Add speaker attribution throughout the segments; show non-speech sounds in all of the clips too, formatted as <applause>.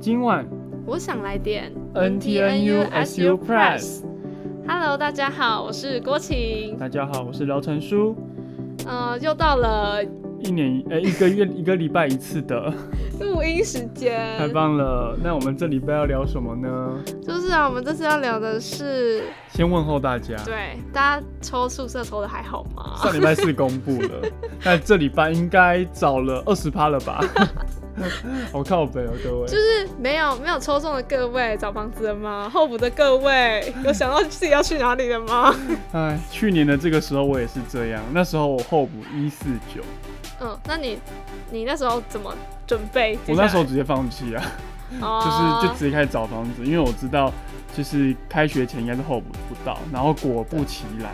Speaker 1: 今晚
Speaker 2: 我想来点
Speaker 1: NTNU SU Press。
Speaker 2: Hello，大家好，我是郭晴。
Speaker 1: 大家好，我是廖成书。
Speaker 2: 呃，又到了
Speaker 1: 一年呃、一个月 <laughs> 一个礼拜一次的，
Speaker 2: 嗯录音时
Speaker 1: 太
Speaker 2: 间，
Speaker 1: 棒了。那我们这礼拜要聊什么呢？
Speaker 2: 就是啊，我们这次要聊的是，
Speaker 1: 先问候大家，
Speaker 2: 对，大家抽宿舍抽的还好吗？
Speaker 1: 上礼拜四公布
Speaker 2: <laughs>
Speaker 1: 了，那这礼拜应该找了二十趴了吧？好靠北哦，各位
Speaker 2: 就。是没有没有抽中的各位，找房子了吗？候补的各位，有想到自己要去哪里了
Speaker 1: <laughs>
Speaker 2: 吗？
Speaker 1: 哎，去年的这个时候我也是这样，那时候我候补一四九，
Speaker 2: 嗯，那你你那时候怎么准备？
Speaker 1: 我那时候直接放弃啊。
Speaker 2: 哦
Speaker 1: 就是就直接开始找房子，因为我知道就是开学前应该是候补不到，然后果不其然，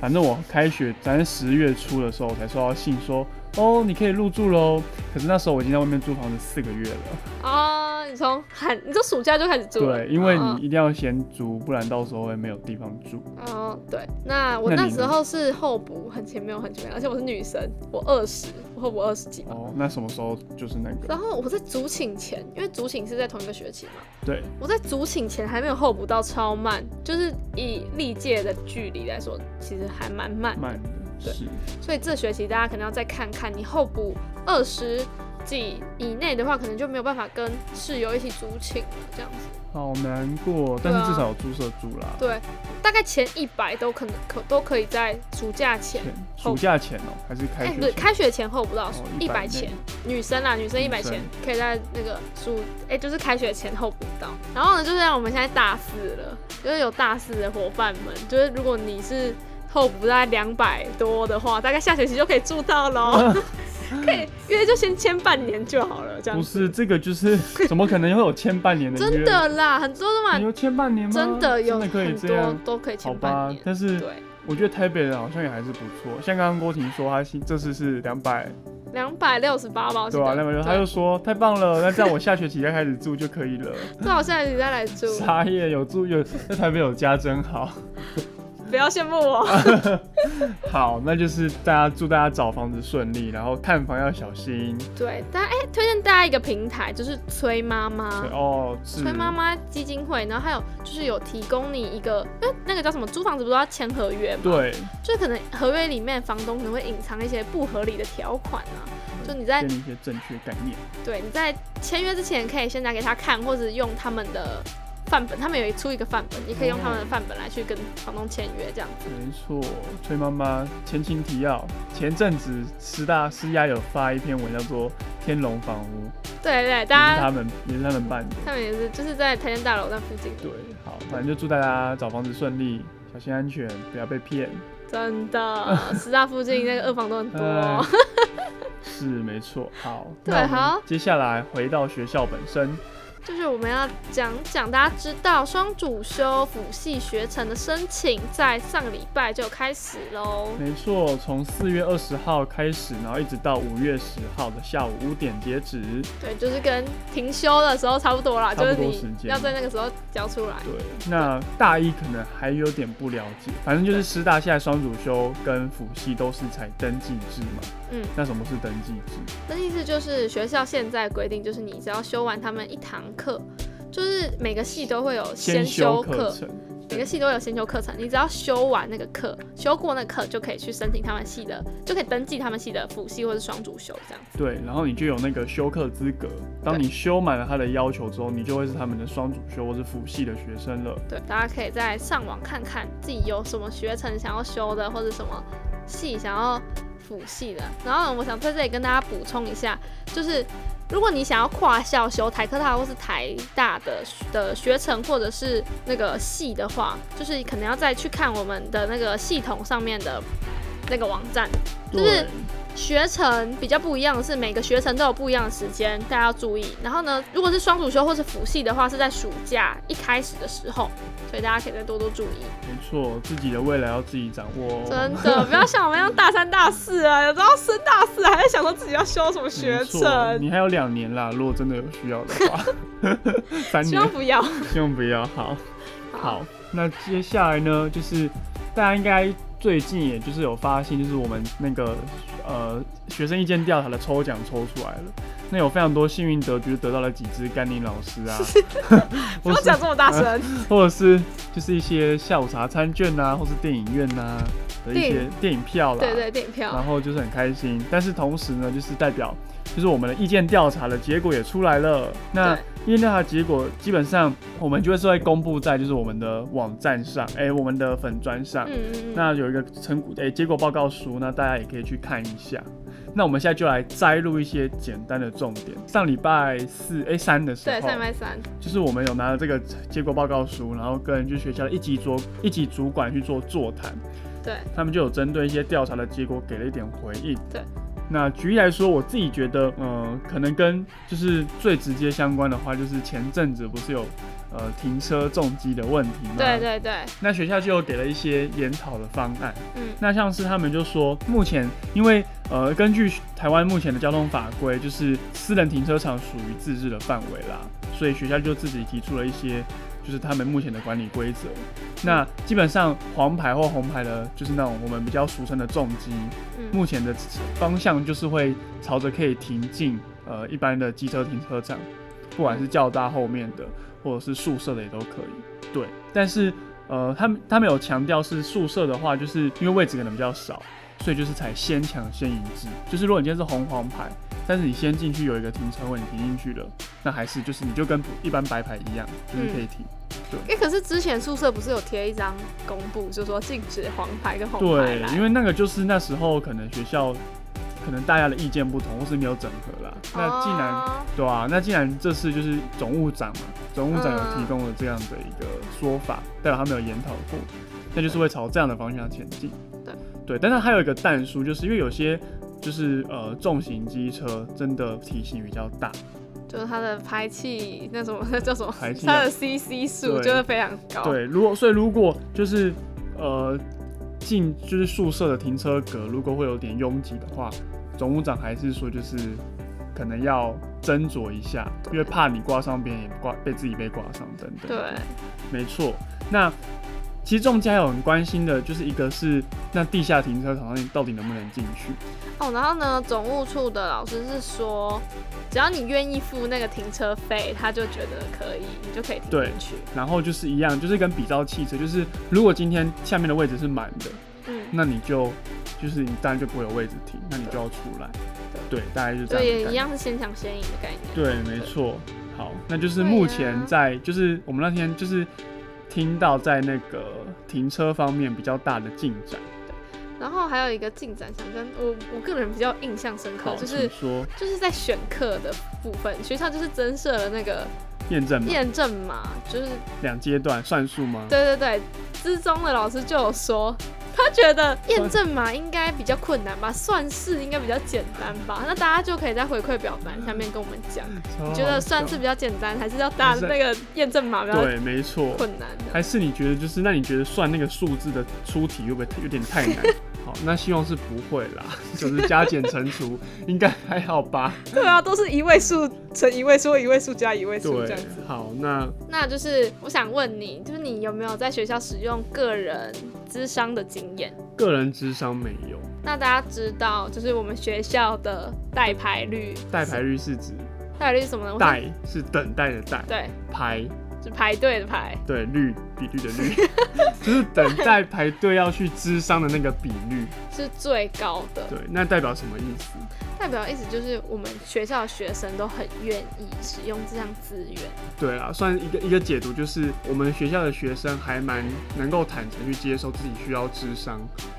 Speaker 1: 反正我开学咱十月初的时候我才收到信说，哦，你可以入住喽。可是那时候我已经在外面租房子四个月了，
Speaker 2: 哦，你从寒，你从暑假就开始住了。
Speaker 1: 对，因为
Speaker 2: 嗯
Speaker 1: 你一定要先租，不然到时候会没有地方住。
Speaker 2: 嗯哦，对，那我
Speaker 1: 那
Speaker 2: 那
Speaker 1: 你呢
Speaker 2: 时候是候补很前面，我很前面，而且我是女生，我二十，我候补二十几嘛。
Speaker 1: 哦，那什么时候就是那个？
Speaker 2: 然后我在主寝前，因为主寝是在同一个学期嘛，
Speaker 1: 对，
Speaker 2: 我在主寝前还没有候补到超慢，就是以历届的距离来说，其实还蛮慢。
Speaker 1: 慢的
Speaker 2: 对
Speaker 1: 是，
Speaker 2: 所以这学期大家可能要再看看，你候补二十几以内的话，可能就没有办法跟室友一起主寝了，这样子。
Speaker 1: 好难过，但是
Speaker 2: 对啊
Speaker 1: 至少有宿舍住啦。
Speaker 2: 对，大概前一百都可能可都可以在暑假前
Speaker 1: 对，
Speaker 2: 候
Speaker 1: 暑假前哦、还是开
Speaker 2: 啊哎，
Speaker 1: 学
Speaker 2: 不是
Speaker 1: 前？
Speaker 2: 开学前后不到
Speaker 1: 哦
Speaker 2: 一
Speaker 1: 100
Speaker 2: 百
Speaker 1: 内
Speaker 2: 前，女生啦，女生一
Speaker 1: 女
Speaker 2: 百前
Speaker 1: 生
Speaker 2: 可以在那个暑哎、就是开学前后补到。然后呢，就是让我们现在大四了，就是有大四的伙伴们，就是如果你是候补大概两百多的话，大概下学期就可以住
Speaker 1: <laughs>
Speaker 2: 到喽，可以约就先签半年就好了，这样
Speaker 1: 不
Speaker 2: 子。
Speaker 1: 是这个，就是 <laughs> 怎么可能会有签半年的约？
Speaker 2: 真的啦，很多
Speaker 1: 你
Speaker 2: 的嘛，
Speaker 1: 有签半年吗？
Speaker 2: 真的有
Speaker 1: 真的可以
Speaker 2: 很
Speaker 1: 这
Speaker 2: 多
Speaker 1: 样，
Speaker 2: 都可以
Speaker 1: 好
Speaker 2: 签半
Speaker 1: 吧
Speaker 2: 年？。
Speaker 1: 但是
Speaker 2: 对，
Speaker 1: 我觉得台北人好像也还是不错，像刚刚郭婷说，他新这次是两百，
Speaker 2: 两百六十八吧，我记
Speaker 1: 对吧、
Speaker 2: 得
Speaker 1: 啊？两百六，他
Speaker 2: 哦对
Speaker 1: 就说太棒
Speaker 2: <laughs>
Speaker 1: 了，那这样我下学期再开始住就可以了。
Speaker 2: 最好下学期再来住，
Speaker 1: <laughs> 傻眼，有住有在台北有家真好。
Speaker 2: 不要羡慕我。
Speaker 1: 好，那就是大家祝大家找房子顺利，然后看房要小心。
Speaker 2: 对，但哎、推荐大家一个平台，就是崔妈妈
Speaker 1: 对。哦，是
Speaker 2: 啊崔妈妈基金会，然后还有就是有提供你一个，因为那个叫什么租房子不是要签合约嘛？，
Speaker 1: 对，
Speaker 2: 就可能合约里面房东可能会隐藏一些不合理的条款啊，就你在
Speaker 1: 给你一些正确概念。
Speaker 2: 对你在签约之前可以先拿给他看，或者用他们的范本，他们有出一个范本，你可以用他们的范本来去跟房东签约这样子。
Speaker 1: 没错，崔妈妈前情提要，前阵子师大师丫有发一篇文，叫做《天龙房屋》，
Speaker 2: 对对，
Speaker 1: 也
Speaker 2: 大
Speaker 1: 是
Speaker 2: 家
Speaker 1: 他们也是嗯他们办的。
Speaker 2: 他们也是就是在台电大楼那附近，
Speaker 1: 对，好，反正就祝大家找房子顺利，小心安全，不要被骗。<laughs>
Speaker 2: 真的，师大附近那个二房都很多、
Speaker 1: 哎是没错。好，
Speaker 2: 对
Speaker 1: 那我们
Speaker 2: 好
Speaker 1: 接下来回到学校本身，
Speaker 2: 就是我们要讲讲大家知道双主修辅系学程的申请，在上个礼拜就开始喽。
Speaker 1: 没错，从四月二十号开始，然后一直到五月十号的下午五点截止。
Speaker 2: 对，就是跟停休的时候差不多啦，
Speaker 1: 差
Speaker 2: 就是
Speaker 1: 不多时
Speaker 2: 你
Speaker 1: 间
Speaker 2: 要在那个时候交出来。
Speaker 1: 对，那大一可能还有点不了解，反正就是师大现在双主修跟辅系都是采登记制嘛。
Speaker 2: 嗯，
Speaker 1: 那什么是登记制？
Speaker 2: 那意思就是学校现在规定，就是你只要修完他们一堂课，就是每个系都会有
Speaker 1: 修
Speaker 2: 修
Speaker 1: 课程。
Speaker 2: 每个系都有先修课程，你只要修完那个课，修过那个课就可以去申请他们系的，就可以登记他们系的辅系或者双主修这样。
Speaker 1: 对，然后你就有那个修课资格。当
Speaker 2: 对
Speaker 1: 你修满了他的要求之后，你就会是他们的双主修或是辅系的学生了。
Speaker 2: 对，大家可以在上网看看自己有什么学程想要修的，或者什么系想要辅系的。然后我想在这里跟大家补充一下，就是如果你想要跨校修台科大或是台大的的学程或者是那个系的话，就是可能要再去看我们的那个系统上面的那个网站。就是
Speaker 1: 对，
Speaker 2: 学程比较不一样的是，每个学程都有不一样的时间，大家要注意。然后呢，如果是双主修或是辅系的话，是在暑假一开始的时候，所以大家可以再多多注意。
Speaker 1: 没错，自己的未来要自己掌握哦。
Speaker 2: 真的，不要像我们一样大三大四啊，有时候升大四还在想说自己要修什么学
Speaker 1: 没错
Speaker 2: 程，
Speaker 1: 你还有两年啦，如果真的有需要的话，
Speaker 2: <laughs>
Speaker 1: <laughs> 三
Speaker 2: 希
Speaker 1: 年
Speaker 2: 望不要。
Speaker 1: 希望不要。好，好，那接下来呢，就是大家应该最近也就是有发现，就是我们那个呃学生意见调查的抽奖抽出来了。那有非常多幸运得就是得到了几支甘宁老师
Speaker 2: <laughs>
Speaker 1: 啊，
Speaker 2: <laughs>
Speaker 1: 或
Speaker 2: 不用
Speaker 1: 是
Speaker 2: 讲这么大声。
Speaker 1: 或者是就是一些下午茶餐券啊，或是电影院啊的一
Speaker 2: 电
Speaker 1: 些
Speaker 2: 影
Speaker 1: 电影票啦，
Speaker 2: 对对，电影票
Speaker 1: 然，后就是很开心。但是同时呢，就是代表就是我们的意见调查的结果也出来了。那
Speaker 2: 对
Speaker 1: 意见调查结果基本上我们就会是会公布在就是我们的网站上，哎、我们的粉砖上。
Speaker 2: 嗯嗯嗯，
Speaker 1: 那有一个成果诶、哎结果报告书，那大家也可以去看一下。那我们现在就来摘录一些简单的重点。上礼拜四诶、三的时候，
Speaker 2: 对，三百三，
Speaker 1: 就是我们有拿了这个结果报告书，然后跟就学校的一级主一级主管去做座谈，
Speaker 2: 对，
Speaker 1: 他们就有针对一些调查的结果给了一点回应。
Speaker 2: 对，
Speaker 1: 那举例来说，我自己觉得，呃，可能跟就是最直接相关的话，就是前阵子不是有呃停车重击的问题吗？
Speaker 2: 对对对，
Speaker 1: 那学校就有给了一些研讨的方案。
Speaker 2: 嗯
Speaker 1: 那像是他们就说，目前因为呃，根据台湾目前的交通法规，就是私人停车场属于自治的范围啦，所以学校就自己提出了一些，就是他们目前的管理规则。那基本上黄牌或红牌的，就是那种我们比较俗称的重机，
Speaker 2: 嗯，
Speaker 1: 目前的方向就是会朝着可以停进呃一般的机车停车场，不管是较大后面的，或者是宿舍的也都可以。对，但是呃，他们他们有强调是宿舍的话，就是因为位置可能比较少，所以就是采先抢先赢制，就是如果你今天是红黄牌，但是你先进去有一个停车位，你停进去了，那还是就是你就跟一般白牌一样，就是可以停。
Speaker 2: 哎、可是之前宿舍不是有贴一张公布，就说禁止黄牌跟红牌
Speaker 1: 对
Speaker 2: 来，
Speaker 1: 因为那个就是那时候可能学校可能大家的意见不同，或是没有整合啦。那既然
Speaker 2: 哦
Speaker 1: 对啊，那既然这次就是总务长嘛，总务长有提供了这样的一个说法，
Speaker 2: 嗯
Speaker 1: 代表他们有研讨过，那就是会朝这样的方向前进。
Speaker 2: 对
Speaker 1: 对，但是还有一个淡书，就是因为有些就是呃重型机车真的体型比较大，
Speaker 2: 就是它的排气那什么， <laughs> 那叫什么
Speaker 1: 排？气
Speaker 2: 它的 CC 数
Speaker 1: 对
Speaker 2: 就会非常高。，
Speaker 1: 对，如果所以如果就是呃进就是宿舍的停车格如果会有点拥挤的话，总务长还是说就是可能要斟酌一下，因为怕你挂上别人也挂被自己被挂上等等。
Speaker 2: 对，
Speaker 1: 没错。那其实众家有很关心的，就是一个是那地下停车场到底能不能进去？
Speaker 2: 哦，然后呢，总务处的老师是说，只要你愿意付那个停车费，他就觉得可以，你就可以停
Speaker 1: 对
Speaker 2: 进去。
Speaker 1: 然后就是一样，就是跟比照汽车，就是如果今天下面的位置是满的，
Speaker 2: 嗯，
Speaker 1: 那你就就是你当然就不会有位置停，那你就要出来。对，大概就这样的
Speaker 2: 对，也
Speaker 1: 概
Speaker 2: 一
Speaker 1: 念。
Speaker 2: 样是先抢先赢的概念。
Speaker 1: 对，没错。好，那就是目前在，就是我们那天就是听到在那个停车方面比较大的进展。
Speaker 2: 然后还有一个进展，想跟我我个人比较印象深刻
Speaker 1: 好，，
Speaker 2: 就
Speaker 1: 请
Speaker 2: 是
Speaker 1: 说
Speaker 2: 就是在选课的部分，学校就是增设了那个
Speaker 1: 验证嘛，
Speaker 2: 验证码，就是
Speaker 1: 两阶段算数吗？
Speaker 2: 对对对，资中的老师就有说，他觉得验证码应该比较困难吧，算式应该比较简单吧。那大家就可以在回馈表单下面跟我们讲，
Speaker 1: 超
Speaker 2: 你觉
Speaker 1: 好
Speaker 2: 得算
Speaker 1: 笑
Speaker 2: 式比较简单，还是要
Speaker 1: 还
Speaker 2: 打
Speaker 1: 是
Speaker 2: 那个验证码比较
Speaker 1: 对，没错。
Speaker 2: 困难的？
Speaker 1: 还是你觉得就是，那你觉得算那个数字的出题会不会有点太难？好，那希望是不会啦，就是加减乘除应该还好吧。
Speaker 2: 对啊，都是一位数乘一位数，一位数加一位
Speaker 1: 对，好，那
Speaker 2: 那就是我想问你，就是你有没有在学校使用个人智商的经验？
Speaker 1: 个人智商没有，
Speaker 2: 那大家知道，就是我们学校的代牌率，
Speaker 1: 代排率是指
Speaker 2: 代牌率是什么呢？我想
Speaker 1: 代是等待的待，
Speaker 2: 对，
Speaker 1: 排
Speaker 2: 是排队的排。
Speaker 1: 对率比率的率，就是等待排队要去智商的那个比率。
Speaker 2: 是最高的，
Speaker 1: 对，那代表什么意思？
Speaker 2: 代表意思就是我们学校的学生都很愿意使用这项资源。
Speaker 1: 对啦，算一个一个解读，就是我们学校的学生还蛮能够坦诚去接受自己需要智商，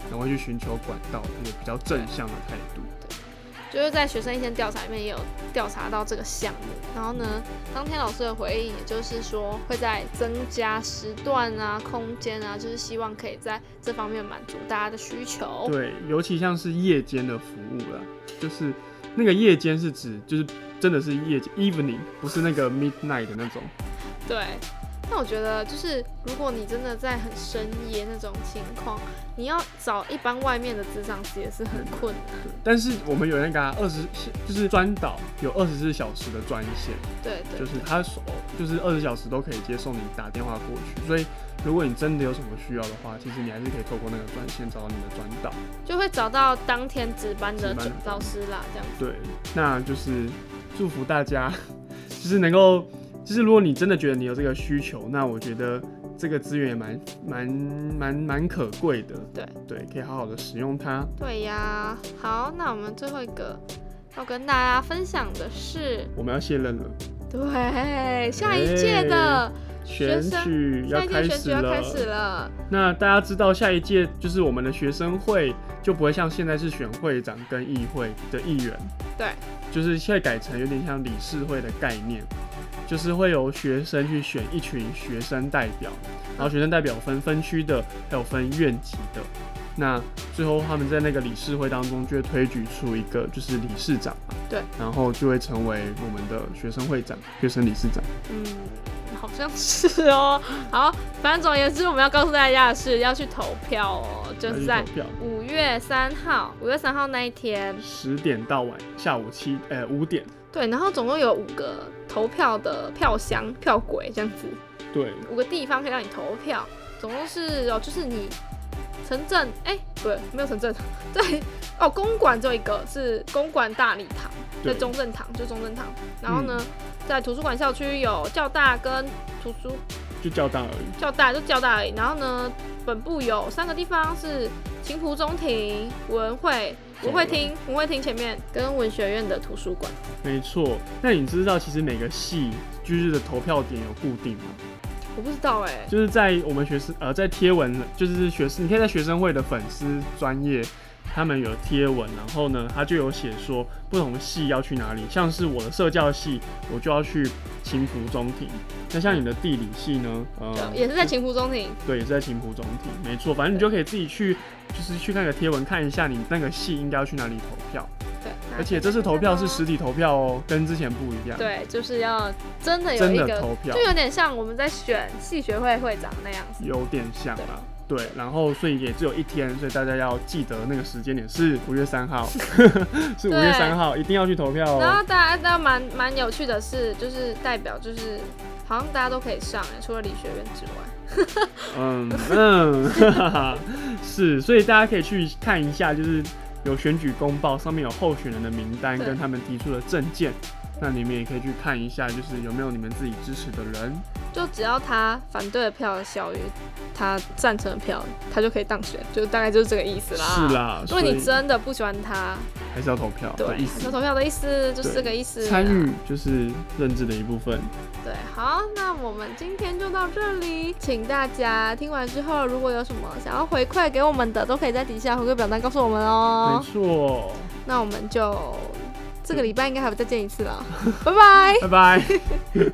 Speaker 1: 然后去寻求管道，一个比较正向的态度。
Speaker 2: 就是在学生意见调查里面也有调查到这个项目，然后呢，当天老师的回应也就是说会在增加时段啊、空间啊，就是希望可以在这方面满足大家的需求。
Speaker 1: 对，尤其像是夜间的服务啦，就是那个夜间是指就是真的是夜间 evening，不是那个 midnight 的那种。
Speaker 2: 对，那我觉得就是，如果你真的在很深夜那种情况，你要找一般外面的智商师也是很困难。
Speaker 1: 对，但是我们有那个二十就是专导有二十四小时的专线。
Speaker 2: 对对
Speaker 1: 就是他手就是二十小时都可以接受你打电话过去，所以如果你真的有什么需要的话，其实你还是可以透过那个专线找到你的专导。
Speaker 2: 就会找到当天值班的
Speaker 1: 值班
Speaker 2: 准
Speaker 1: 的
Speaker 2: 老师啦，这样。
Speaker 1: 对，那就是祝福大家， <laughs> 就是能够，就是如果你真的觉得你有这个需求，那我觉得这个资源也蛮蛮蛮蛮可贵的。
Speaker 2: 对
Speaker 1: 对，可以好好的使用它。
Speaker 2: 对呀，好，那我们最后一个要跟大家分享的是，
Speaker 1: 我们要卸任了，
Speaker 2: 对下一届的、
Speaker 1: 选
Speaker 2: 学生
Speaker 1: 举哎要
Speaker 2: 下一
Speaker 1: 开
Speaker 2: 届选举
Speaker 1: 始
Speaker 2: 要
Speaker 1: 了
Speaker 2: 开。始了，
Speaker 1: 那大家知道下一届就是我们的学生会就不会像现在是选会长跟议会的议员，
Speaker 2: 对，
Speaker 1: 就是现在改成有点像理事会的概念，就是会由学生去选一群学生代表，然后学生代表分分区的，还有分院级的。那最后他们在那个理事会当中就会推举出一个就是理事长嘛，
Speaker 2: 对，
Speaker 1: 然后就会成为我们的学生会长、学生理事长。
Speaker 2: 嗯，好像是哦。 <laughs> 好，反正总而言之，我们要告诉大家的是要去投票哦，就是
Speaker 1: 要
Speaker 2: 在
Speaker 1: 去投票。
Speaker 2: 五月三号，五月三号那一天。
Speaker 1: 十点到晚下午七呃五点，
Speaker 2: 对，然后总共有五个投票的票箱、票轨这样子，
Speaker 1: 对，
Speaker 2: 五个地方可以让你投票，总共是哦，就是你城镇，哎、不对，没有城镇， <laughs> 对，哦，公馆只有一个是公馆大礼堂，
Speaker 1: 对
Speaker 2: 在
Speaker 1: 嗯
Speaker 2: 中正堂，就中正堂。然后呢，在图书馆校区有教大跟图书
Speaker 1: 就教大而已。
Speaker 2: 较大就较大而已。然后呢，本部有三个地方是琴湖中庭、文会文会厅、文会厅前面跟文学院的图书馆。
Speaker 1: 没错，那你知道其实每个系就是的投票点有固定吗？
Speaker 2: 我不知道哎、
Speaker 1: 就是在我们学生呃在贴文，就是学生，你可以在学生会的粉丝专业。他们有贴文，然后呢，他就有写说不同系要去哪里，像是我的社教系，我就要去琴湖中庭。那像你的地理系呢，呃，
Speaker 2: 也是在琴湖中庭。
Speaker 1: 对，也是在琴湖中庭，没错。反正你就可以自己去，就是去那个贴文看一下你那个系应该要去哪里投票。
Speaker 2: 对，
Speaker 1: 而且这次投票是实体
Speaker 2: 体。
Speaker 1: 投票哦，跟之前不一样。，
Speaker 2: 对，就是要真的有
Speaker 1: 真
Speaker 2: 一
Speaker 1: 的
Speaker 2: 个，
Speaker 1: 投票
Speaker 2: 就有点像我们在选系学会会长那样子。
Speaker 1: 有点像啦。对，然后所以也只有一天，所以大家要记得那个时间点是五月三号， <laughs> 是五月三号，一定要去投票
Speaker 2: 然
Speaker 1: 哦
Speaker 2: 后。大家大家蛮蛮有趣的是，就是代表就是好像大家都可以上哎、除了理学院之外。
Speaker 1: 嗯嗯， <laughs> 哈哈哈，是，所以大家可以去看一下，就是有选举公报，上面有候选人的名单
Speaker 2: 对
Speaker 1: 跟他们提出的证件，那你们也可以去看一下，就是有没有你们自己支持的人。
Speaker 2: 就只要他反对的票小于他赞成的票，他就可以当选，就大概就是这个意思啦。
Speaker 1: 是。啦，
Speaker 2: 如果
Speaker 1: 所以
Speaker 2: 你真的不喜欢他，
Speaker 1: 还是要投票
Speaker 2: 对
Speaker 1: 的意，
Speaker 2: 那
Speaker 1: 思，
Speaker 2: 投票的意思就是
Speaker 1: 对
Speaker 2: 这个意思。
Speaker 1: 参与就是认知的一部分。
Speaker 2: 对，好，那我们今天就到这里，请大家听完之后，如果有什么想要回馈给我们的，都可以在底下回馈表单告诉我们哦
Speaker 1: 没。错，
Speaker 2: 那我
Speaker 1: <laughs>
Speaker 2: 们就这个礼拜应该还会再见一次了，拜拜。
Speaker 1: 拜拜。